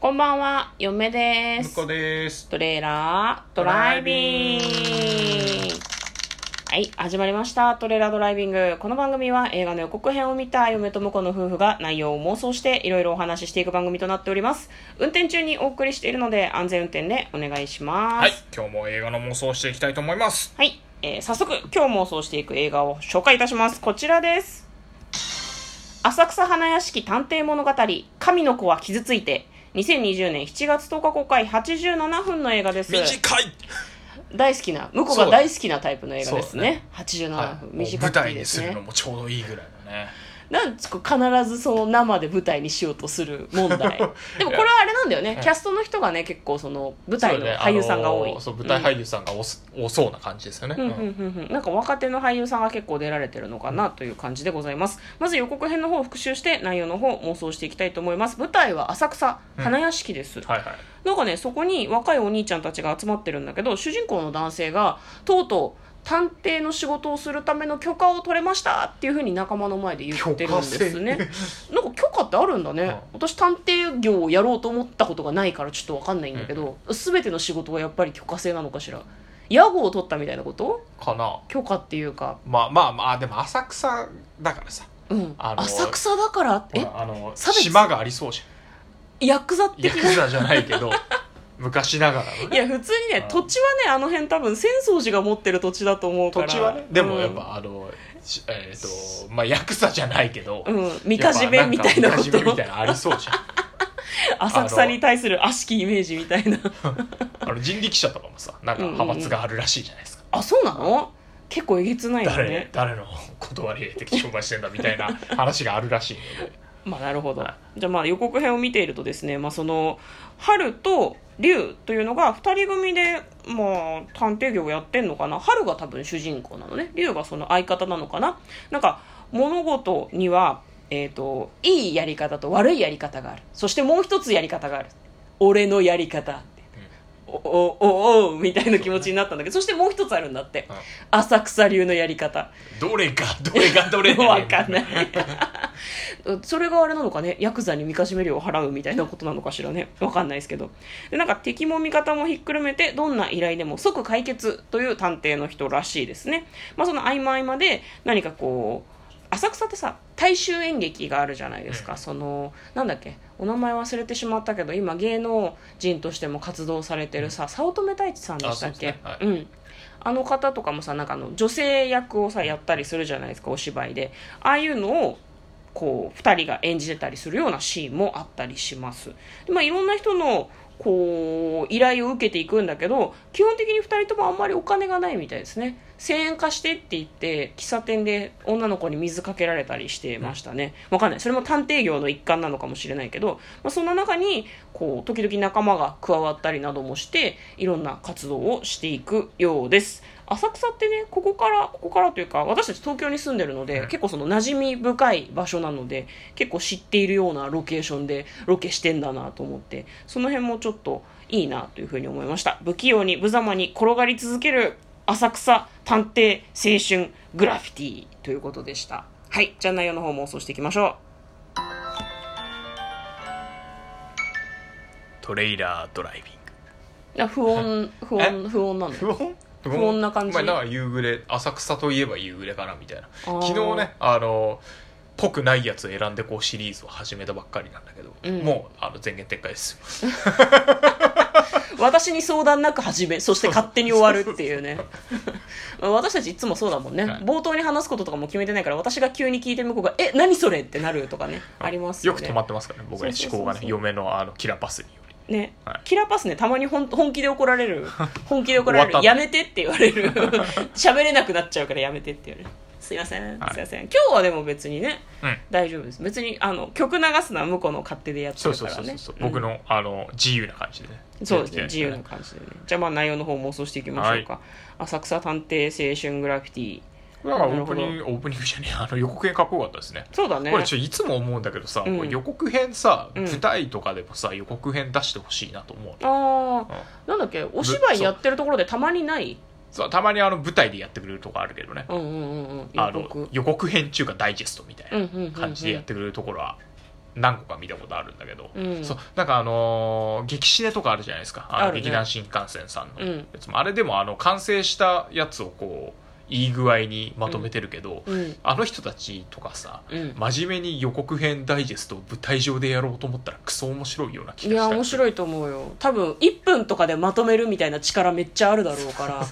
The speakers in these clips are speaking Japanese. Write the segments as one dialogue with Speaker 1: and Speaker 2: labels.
Speaker 1: こんばんは、嫁です。
Speaker 2: 向こうです。
Speaker 1: トレーラードライビング
Speaker 2: ドライビング
Speaker 1: はい始まりましたトレーラードライビングこの番組は映画の予告編を見た嫁と婿の夫婦が内容を妄想していろいろお話ししていく番組となっております運転中にお送りしているので安全運転でお願いします
Speaker 2: はい、今日も映画の妄想をしていきたいと思います。
Speaker 1: はいえー早速今日妄想していく映画を紹介いたしますこちらです浅草花屋敷探偵物語神の子は傷ついて2020年7月10日公開87分の映画です
Speaker 2: 短い。
Speaker 1: 大好きな向こうが大好きなタイプの映画ですね87分、
Speaker 2: はい、もう
Speaker 1: 短
Speaker 2: 舞
Speaker 1: くてい
Speaker 2: 台
Speaker 1: いで
Speaker 2: に
Speaker 1: す
Speaker 2: する
Speaker 1: ね
Speaker 2: のもちょうどいいぐらいだね。
Speaker 1: なんつうか必ずその生で舞台にしようとする問 題でもこれはあれなんだよねキャストの人がね結構その舞台の俳優さんが多い
Speaker 2: そう,、舞台俳優さんが多す多そうな感じですよね。
Speaker 1: うんうんうんうんなんか若手の俳優さんが結構出られてるのかなという感じでございますまず予告編の方を復習して内容の方を妄想していきたいと思います舞台は浅草花屋敷です、
Speaker 2: はいはい。
Speaker 1: なんかねそこに若いお兄ちゃんたちが集まってるんだけど主人公の男性がとうとう探偵の仕事をするための許可を取れましたっていうふうに仲間の前で言ってるんですねなんか許可ってあるんだね、私探偵業をやろうと思ったことがないからちょっと分かんないんだけど、全ての仕事はやっぱり許可制なのかしら屋号を取ったみたいなこと
Speaker 2: かな。
Speaker 1: 許可っていうか、
Speaker 2: まあまあまあ、でも浅草だからさ。
Speaker 1: うん、
Speaker 2: あの
Speaker 1: 浅草だから
Speaker 2: ほ
Speaker 1: え
Speaker 2: らあの、
Speaker 1: 差別
Speaker 2: 島がありそうじ
Speaker 1: ヤクザ
Speaker 2: ゃん。ヤ
Speaker 1: 的
Speaker 2: ク
Speaker 1: な
Speaker 2: ザじゃないけど、 昔ながらの
Speaker 1: い
Speaker 2: ね。
Speaker 1: や普通にね
Speaker 2: うん
Speaker 1: 土地はねあの辺多分浅草寺が持ってる土地だと思うか
Speaker 2: 土
Speaker 1: ら
Speaker 2: 地はね、でもやっ
Speaker 1: うん
Speaker 2: ぱ、あの、しえっ、と、まあ、ヤクザじゃないけど、
Speaker 1: うん、みかじめみたいなこ
Speaker 2: やっぱんかみかじめみ
Speaker 1: と
Speaker 2: たいなのありそうじゃん。
Speaker 1: 浅草に対する悪しきイメージみたいな
Speaker 2: あの人力車とかもさなんか派閥があるらしいじゃないですか、
Speaker 1: あそうなの結構えげつないよ
Speaker 2: 誰
Speaker 1: ね
Speaker 2: 誰の断り的商売してんだみたいな話があるらしいので
Speaker 1: まあなるほど
Speaker 2: は
Speaker 1: じゃあまあ予告編を見ているとですね、まあ、その春と龍というのが2人組で、まあ、探偵業をやってんのかな春が多分主人公なのね龍がその相方なのかななんか物事には、えー、といいやり方と悪いやり方があるそしてもう一つやり方がある俺のやり方おおおおみたいな気持ちになったんだけどそしてもう一つあるんだって
Speaker 2: うん
Speaker 1: 浅草流のやり方
Speaker 2: どれがどれがどれ
Speaker 1: わかんないそれがあれなのかねヤクザにみかしめ料を払うみたいなことなのかしらねわかんないですけどでなんか敵も味方もひっくるめてどんな依頼でも即解決という探偵の人らしいですね、まあ、その合間合間で何かこう浅草ってさ大衆演劇があるじゃないですか、
Speaker 2: うん
Speaker 1: そのなんだっけお名前忘れてしまったけど今芸能人としても活動されてるさ早乙女太一さんでしたっけ
Speaker 2: あ
Speaker 1: う
Speaker 2: そ
Speaker 1: んあの方とかもさなんかあの女性役をさやったりするじゃないですかお芝居でああいうのをこう2人が演じてたりするようなシーンもあったりしますで、まあ、いろんな人のこう依頼を受けていくんだけど基本的に2人ともあんまりお金がないみたいですね1000円貸してって言って喫茶店で女の子に水かけられたりしてましたねわかんないそれも探偵業の一環なのかもしれないけど、まあ、そんな中にこう時々仲間が加わったりなどもしていろんな活動をしていくようです浅草ってねここからここからというか私たち東京に住んでるので、
Speaker 2: うん
Speaker 1: 結構その馴染み深い場所なので結構知っているようなロケーションでロケしてんだなと思ってその辺もちょっといいなというふうに思いました不器用に無様に転がり続ける浅草探偵青春グラフィティということでしたはいじゃあ内容の方妄想していきましょう
Speaker 2: トレイラードライビン
Speaker 1: いや不穏不穏不穏なんだ
Speaker 2: グ不穏不
Speaker 1: 不穏な感じ
Speaker 2: まあ、なんか夕暮れ浅草といえば夕暮れかなみたいな
Speaker 1: あー
Speaker 2: 昨日ねあのぽくないやつ選んでこうシリーズを始めたばっかりなんだけど、
Speaker 1: うん
Speaker 2: もうあの全言撤回です
Speaker 1: 私に相談なく始めそして勝手に終わるっていう ね私たちいつもそうだもんね、
Speaker 2: はい
Speaker 1: 冒頭に話すこととかも決めてないから私が急に聞いて向こうが「え何それ?」ってなるとかねあります
Speaker 2: よ
Speaker 1: よ
Speaker 2: く
Speaker 1: ね
Speaker 2: 止まってますからね僕はね
Speaker 1: そう
Speaker 2: 思
Speaker 1: そうそうそう
Speaker 2: 考がね嫁のあのキラパスにより
Speaker 1: ね、
Speaker 2: はい
Speaker 1: キラーパスねたまにほん本気で怒られ る本気で怒られ
Speaker 2: 終わ
Speaker 1: る
Speaker 2: っ
Speaker 1: や
Speaker 2: た
Speaker 1: めてって言われ る喋れなくなっちゃうからやめてって言われるすいません、
Speaker 2: はい
Speaker 1: すいません今日はでも別にね
Speaker 2: うん
Speaker 1: 大丈夫です別にあの曲流すのは向こうの勝手でやって
Speaker 2: そう
Speaker 1: る
Speaker 2: そ
Speaker 1: か
Speaker 2: う
Speaker 1: ら
Speaker 2: そう
Speaker 1: ね
Speaker 2: そう、
Speaker 1: うん
Speaker 2: 僕のあの自由な感じでね
Speaker 1: そうですね
Speaker 2: やって
Speaker 1: 自
Speaker 2: きて
Speaker 1: 由な感じでねじゃあまあ内容の方妄想していきましょうか、浅草探偵青春グラフィティ
Speaker 2: だからオ
Speaker 1: なる
Speaker 2: ー
Speaker 1: ほ
Speaker 2: プ
Speaker 1: ど
Speaker 2: ニングオープニングじゃねえあの予告編かっこよかったですね
Speaker 1: そうだね
Speaker 2: これちょいつも思うんだけどさ、
Speaker 1: うん
Speaker 2: これ予告編さ、
Speaker 1: うん
Speaker 2: 舞台とかでもさ予告編出してほしいなと思う、
Speaker 1: あ
Speaker 2: うん
Speaker 1: あなんだっけお芝居やってるところでたまにない
Speaker 2: そうたまにあの舞台でやってくれるとこあるけどね、
Speaker 1: うんうんうんうん
Speaker 2: あ
Speaker 1: 予
Speaker 2: の
Speaker 1: 告
Speaker 2: 予告編中かダイジェストみたい
Speaker 1: うん
Speaker 2: な
Speaker 1: うんうんうん
Speaker 2: 感じでやってくれるところは何個か見たことあるんだけど、
Speaker 1: うん
Speaker 2: そうなんかあのー劇シネとかあるじゃないですかあ
Speaker 1: あ
Speaker 2: の
Speaker 1: るね
Speaker 2: 劇団新幹線さんの
Speaker 1: うん
Speaker 2: やつも、あれでもあの完成したやつをこういい具合にまとめてるけど、
Speaker 1: うん
Speaker 2: あの人たちとかさ
Speaker 1: うん
Speaker 2: 真面目に予告編ダイジェストを舞台上でやろうと思ったらクソ面白いような気
Speaker 1: い
Speaker 2: がし
Speaker 1: や
Speaker 2: た
Speaker 1: 面
Speaker 2: い
Speaker 1: 白いと思うよ多分1分とかでまとめるみたいな力めっちゃあるだろう から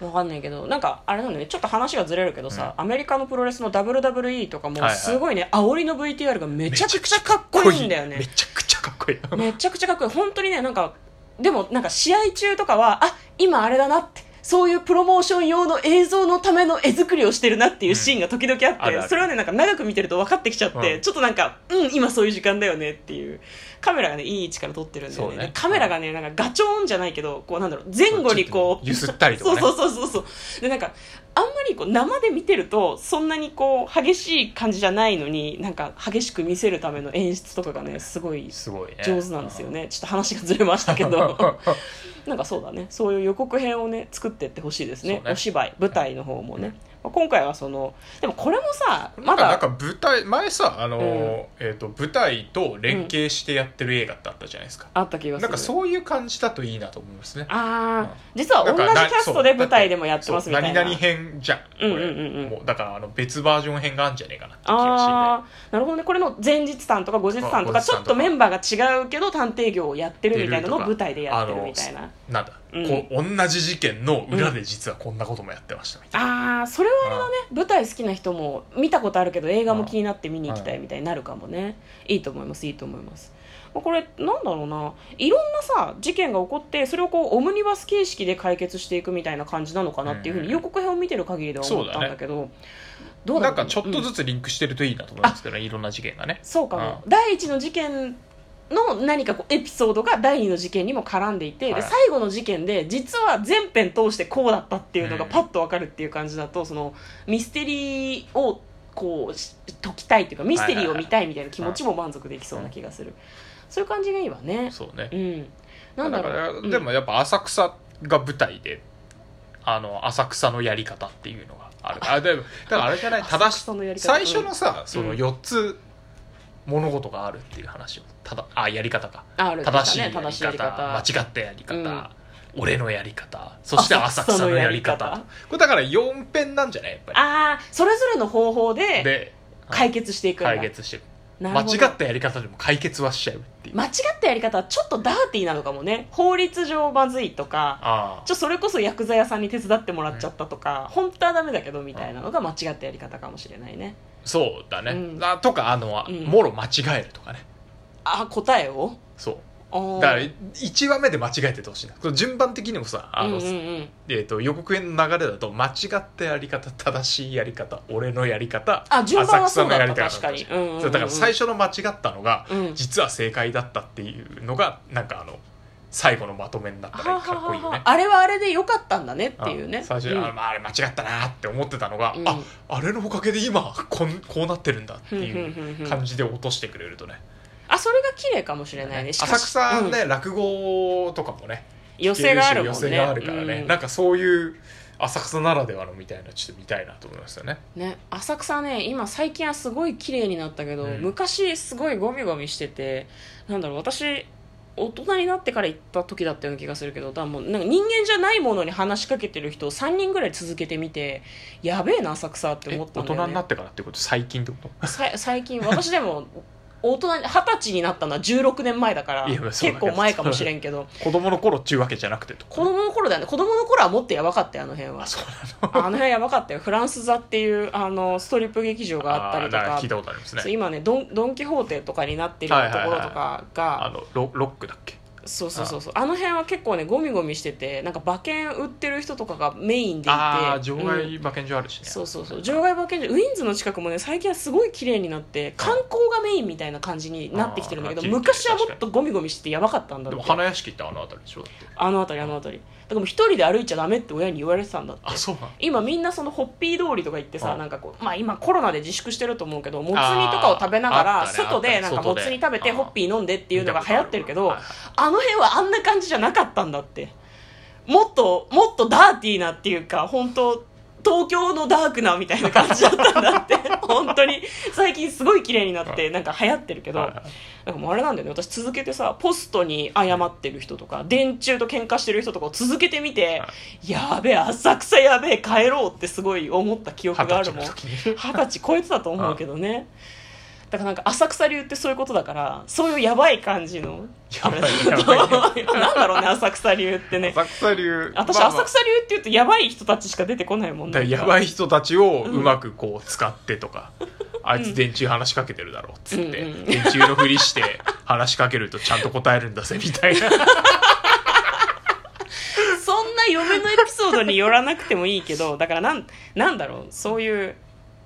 Speaker 1: 分かんないけどなんかあれなんだねちょっと話がずれるけどさ、アメリカのプロレスの WWE とかも
Speaker 2: はいはい
Speaker 1: すごいね、煽りの VTR がめちゃくちゃかっこいいんだよね
Speaker 2: めちゃくちゃかっこいい
Speaker 1: めちゃくちゃかっこいい本当にねなんかでもなんか試合中とかはあ今あれだなってそういうプロモーション用の映像のための絵作りをしてるなっていうシーンが時々あって、
Speaker 2: あるある
Speaker 1: それはねなんか長く見てると分かってきちゃって、
Speaker 2: うん
Speaker 1: ちょっとなんかうん今そういう時間だよねっていうカメラがねいい位置から撮ってるんだよね
Speaker 2: そうね
Speaker 1: でカメラがねなんかガチョーンじゃないけどこうなんだろう前後にこう
Speaker 2: ちょっとね揺すったりとかね
Speaker 1: そうそうそうそうそうでなんかあんまりこう生で見てるとそんなにこう激しい感じじゃないのになんか激しく見せるための演出とかがねすごい
Speaker 2: すごいね
Speaker 1: 上手なんですよねちょっと話がずれましたけ どなんかそうだねそういう予告編をね作ってってほしいですね
Speaker 2: そうね
Speaker 1: お芝居舞台の方もね、まあ今回はそのでもこれもさ
Speaker 2: な
Speaker 1: ま
Speaker 2: んかなん
Speaker 1: だ
Speaker 2: か舞台前さあのー、えー、と舞台と連携してやってる映画ってあったじゃないですか、
Speaker 1: あった気がする
Speaker 2: なんかそういう感じだといいなと思いますね
Speaker 1: ああ
Speaker 2: う
Speaker 1: 実は同じキ
Speaker 2: なんかな
Speaker 1: ャストで舞台でもやってますみたい
Speaker 2: そう
Speaker 1: な
Speaker 2: 何々編じゃんこれ、
Speaker 1: うんうんうんうん
Speaker 2: もうだからあの別バージョン編があるんじゃねえかなって気がしていて
Speaker 1: あーなるほどねこれの前日さんとか後日さんとか
Speaker 2: あ後日
Speaker 1: ちょ
Speaker 2: さ
Speaker 1: っ
Speaker 2: んとか
Speaker 1: とメンバーが違うけど探偵業をやってるみたいなのを舞台でやってるみたいな
Speaker 2: なんだ、
Speaker 1: うん
Speaker 2: こう同じ事件の裏で実はこんなこともやってましたみたいな、
Speaker 1: ああそれはあれだね舞台好きな人も見たことあるけど映画も気になって見に行きたいみたいになるかもねいいと思いますいいと思いますまあこれなんだろうないろんなさ事件が起こってそれをこうオムニバス形式で解決していくみたいな感じなのかなっていうふう
Speaker 2: う
Speaker 1: に
Speaker 2: ん
Speaker 1: 予告編を見てる限りでは思ったんだけどどうだ
Speaker 2: な
Speaker 1: ろ
Speaker 2: ん
Speaker 1: う
Speaker 2: かちょっと
Speaker 1: うん
Speaker 2: ずつリンクしてるといいなと思いますけどね、いろんな事件がね
Speaker 1: そうかも第一の事件の何かこうエピソードが第二の事件にも絡んでいて、
Speaker 2: は
Speaker 1: で
Speaker 2: い
Speaker 1: 最後の事件で実は全編通してこうだったっていうのが
Speaker 2: うん
Speaker 1: パッと分かるっていう感じだと、そのミステリーをこうし解きたいというかミステリーを見たいみたいな気持ちも満足できそうな気がする、そういう感じがいいわね
Speaker 2: そうね
Speaker 1: うんなんだ
Speaker 2: から
Speaker 1: ろう
Speaker 2: でもやっぱ浅草が舞台であの浅草のやり方っていうのがあるあでもだからあれじゃない 正し
Speaker 1: そのやり方
Speaker 2: 最初のさそうの
Speaker 1: ん
Speaker 2: 4つ物事があるっていう話をただあやり方か
Speaker 1: ある
Speaker 2: 正しいやり
Speaker 1: 正しいやり方
Speaker 2: 方間違ったやり方、
Speaker 1: うん
Speaker 2: 俺のやり方そして浅草のやり方
Speaker 1: 浅草のやり
Speaker 2: これだから4編なんじゃないやっぱ
Speaker 1: ああそれぞれの方法
Speaker 2: り
Speaker 1: で
Speaker 2: で
Speaker 1: 解決していくんだ
Speaker 2: 解決してる
Speaker 1: なる
Speaker 2: 間
Speaker 1: ほど
Speaker 2: 違ったやり方でも解決はしちゃうっていう、
Speaker 1: 間違ったやり方はちょっとダーティーなのかもね法律上まずいとか
Speaker 2: ああ
Speaker 1: ちょそれこそ薬剤屋さんに手伝ってもらっちゃったとか、本当はダメだけどみたいなのが間違ったやり方かもしれないね
Speaker 2: そうだね、
Speaker 1: うん
Speaker 2: あとかあの、
Speaker 1: うん
Speaker 2: もろ間違えるとかね
Speaker 1: あ答えを
Speaker 2: そう
Speaker 1: あー
Speaker 2: だから1話目で間違えててほしいなこれ順番的にもさあ
Speaker 1: う
Speaker 2: の、
Speaker 1: んうんうん
Speaker 2: えー、と予告編の流れだと間違ったやり方正しいやり方俺のやり方
Speaker 1: あ順番はそうだった
Speaker 2: 浅草のやり
Speaker 1: 確
Speaker 2: 方
Speaker 1: かにうんうんうん
Speaker 2: そうだから最初の間違ったのが、
Speaker 1: うん
Speaker 2: 実は正解だったっていうのがなんかあの最後のまとめになった
Speaker 1: は
Speaker 2: ら
Speaker 1: あ
Speaker 2: かっこいいよ
Speaker 1: はあは
Speaker 2: ね
Speaker 1: ああれはあれでよかったんだねっていうね
Speaker 2: ん最初、
Speaker 1: うん
Speaker 2: あまああれ間違ったなって思ってたのが、
Speaker 1: うん
Speaker 2: ああれのおかげで今こんこうなってるんだって
Speaker 1: ふんふんふんふ
Speaker 2: い
Speaker 1: ん
Speaker 2: う感じで落としてくれるとね
Speaker 1: あそれが綺麗かもしれないねしかし
Speaker 2: 浅草ね、
Speaker 1: うん
Speaker 2: 落語とかもね
Speaker 1: 寄せがあるもんね
Speaker 2: 寄せがあるからね、
Speaker 1: うん
Speaker 2: なんかそういう浅草ならではのみたいなちょっと見たいなと思いましたね
Speaker 1: ね、浅草ね今最近はすごい綺麗になったけど、
Speaker 2: うん
Speaker 1: 昔すごいゴミゴミしててなんだろう私大人になってから行った時だったような気がするけどだからもうなんか人間じゃないものに話しかけてる人を3人ぐらい続けてみてやべえな浅草って
Speaker 2: え
Speaker 1: 思
Speaker 2: 大
Speaker 1: ったんだよ
Speaker 2: 人に
Speaker 1: ね
Speaker 2: なってからってこと最近ってこ
Speaker 1: さ最近私でも大人に二十歳になったのは16年前だから
Speaker 2: いやまあそう
Speaker 1: 結
Speaker 2: だけど
Speaker 1: 構前かもしれんけど
Speaker 2: と子供の頃っちゅうわけじゃなくてと
Speaker 1: 子供の頃だよね子供の頃はもっとやばかったよあの辺は
Speaker 2: あそう
Speaker 1: あの辺やばかったよフランス座っていうあのストリップ劇場があったりと
Speaker 2: あーなん
Speaker 1: か
Speaker 2: 聞いたことあります
Speaker 1: そう
Speaker 2: ね
Speaker 1: 今ねドンドン・キホーテとかになってるようなところとかが、
Speaker 2: あのロロックだっけ
Speaker 1: そうそうそうそうあの辺は結構ねゴミゴミしててなんか馬券売ってる人とかがメインでいて
Speaker 2: ああ場
Speaker 1: うん
Speaker 2: 外馬券場あるしね、
Speaker 1: そうそうそう場外馬券場ウィンズの近くもね最近はすごい綺麗になって観光がメインみたいな感じになってきてるんだけど
Speaker 2: あー
Speaker 1: 昔はもっとゴミゴミしててやばかったんだ
Speaker 2: で
Speaker 1: っ
Speaker 2: も
Speaker 1: て
Speaker 2: 花屋敷ってあの辺りでしょだって
Speaker 1: あの辺りあの辺りだからもう一人で歩いちゃダメって親に言われてたんだって
Speaker 2: あそうなの
Speaker 1: 今みんなそのホッピー通りとか行ってさ
Speaker 2: うん
Speaker 1: なんかこう、まあ、今コロナで自粛してると思うけどもつ煮とかを食べなが
Speaker 2: あーあ
Speaker 1: ら
Speaker 2: ったね
Speaker 1: 外で
Speaker 2: あった
Speaker 1: なん
Speaker 2: ね
Speaker 1: かもつ煮食べて
Speaker 2: 外で
Speaker 1: ホッピー飲んでっていうのが流行ってるけど
Speaker 2: はい
Speaker 1: あの辺はあんな感じじゃなかったんだってもっともっとダーティーなっていうか本当東京のダークなみたいな感じだったんだ って本当に最近すごい綺麗になってなんか流行ってるけど、
Speaker 2: はい
Speaker 1: なんかもうあれなんだよね私続けてさポストに謝ってる人とか電柱と喧嘩してる人とかを続けてみて、
Speaker 2: は
Speaker 1: やべえ浅草やべえ帰ろうってすごい思った記憶があ
Speaker 2: 二十
Speaker 1: るも
Speaker 2: 歳の
Speaker 1: ん
Speaker 2: 時に
Speaker 1: 二十歳超えてたと思うけどねだからなんか浅草流ってそういうことだからそういうやばい感じのあ
Speaker 2: やば
Speaker 1: れ
Speaker 2: い
Speaker 1: だと
Speaker 2: やば
Speaker 1: なんだろうね浅草流ってね
Speaker 2: 浅草流
Speaker 1: 私、
Speaker 2: まあまあ
Speaker 1: 浅草流って言うとやばい人たちしか出てこないもん
Speaker 2: だから
Speaker 1: ね
Speaker 2: やばい人たちをうまくこう使ってとか、あいつ電柱話しかけてるだろうっつって、
Speaker 1: うんうん
Speaker 2: 電柱のふりして話しかけるとちゃんと答えるんだぜみたいな
Speaker 1: そんな嫁のエピソードによらなくてもいいけ どだからなんなんだろうそういう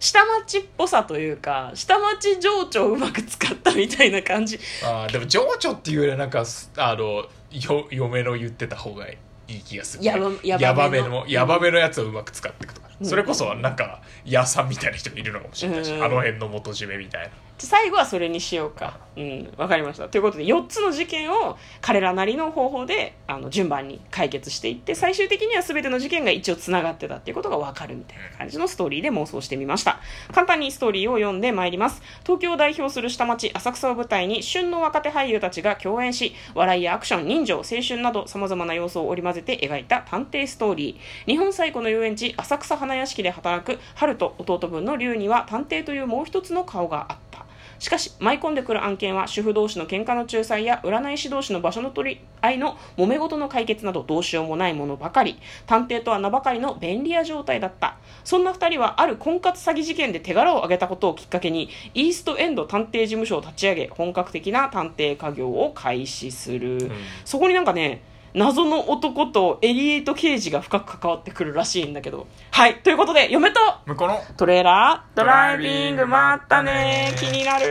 Speaker 1: 下町っぽさというか下町情緒をうまく使ったみたいな感じ
Speaker 2: あーでも情緒っていうよりはなんかすあのよ嫁の言ってた方がいい気がする、
Speaker 1: やばやばめの
Speaker 2: やばめのやばめのやつをうまく使っていくと
Speaker 1: う
Speaker 2: か、
Speaker 1: ん
Speaker 2: それこそなんか屋さんみたいな人もいるのかもしれないし、
Speaker 1: うん
Speaker 2: あの辺の元締めみたい
Speaker 1: 最後はそれにしようかうんわかりましたということで4つの事件を彼らなりの方法であの順番に解決していって最終的には全ての事件が一応つながってたっていうことがわかるみたいな感じのストーリーで妄想してみました簡単にストーリーを読んでまいります東京を代表する下町浅草を舞台に旬の若手俳優たちが共演し笑いやアクション人情青春などさまざまな要素を織り交ぜて描いた探偵ストーリー日本最古の遊園地浅草花屋敷で働く春と弟分の龍には探偵というもう一つの顔があったしかし舞い込んでくる案件は主婦同士の喧嘩の仲裁や占い師同士の場所の取り合いの揉め事の解決などどうしようもないものばかり探偵とは名ばかりの便利屋状態だったそんな2人はある婚活詐欺事件で手柄を挙げたことをきっかけにイーストエンド探偵事務所を立ち上げ本格的な探偵家業を開始する、
Speaker 2: な、うん
Speaker 1: そこになんかね謎の男とエリート刑事が深く関わってくるらしいんだけどはいということで嫁と
Speaker 2: 向こうの
Speaker 1: トレーラード
Speaker 2: ド
Speaker 1: ライ
Speaker 2: ライ
Speaker 1: ビ
Speaker 2: ビ
Speaker 1: ン
Speaker 2: ン
Speaker 1: グ
Speaker 2: グ
Speaker 1: ま
Speaker 2: ま
Speaker 1: っ
Speaker 2: ったた
Speaker 1: ね
Speaker 2: ね
Speaker 1: 気になる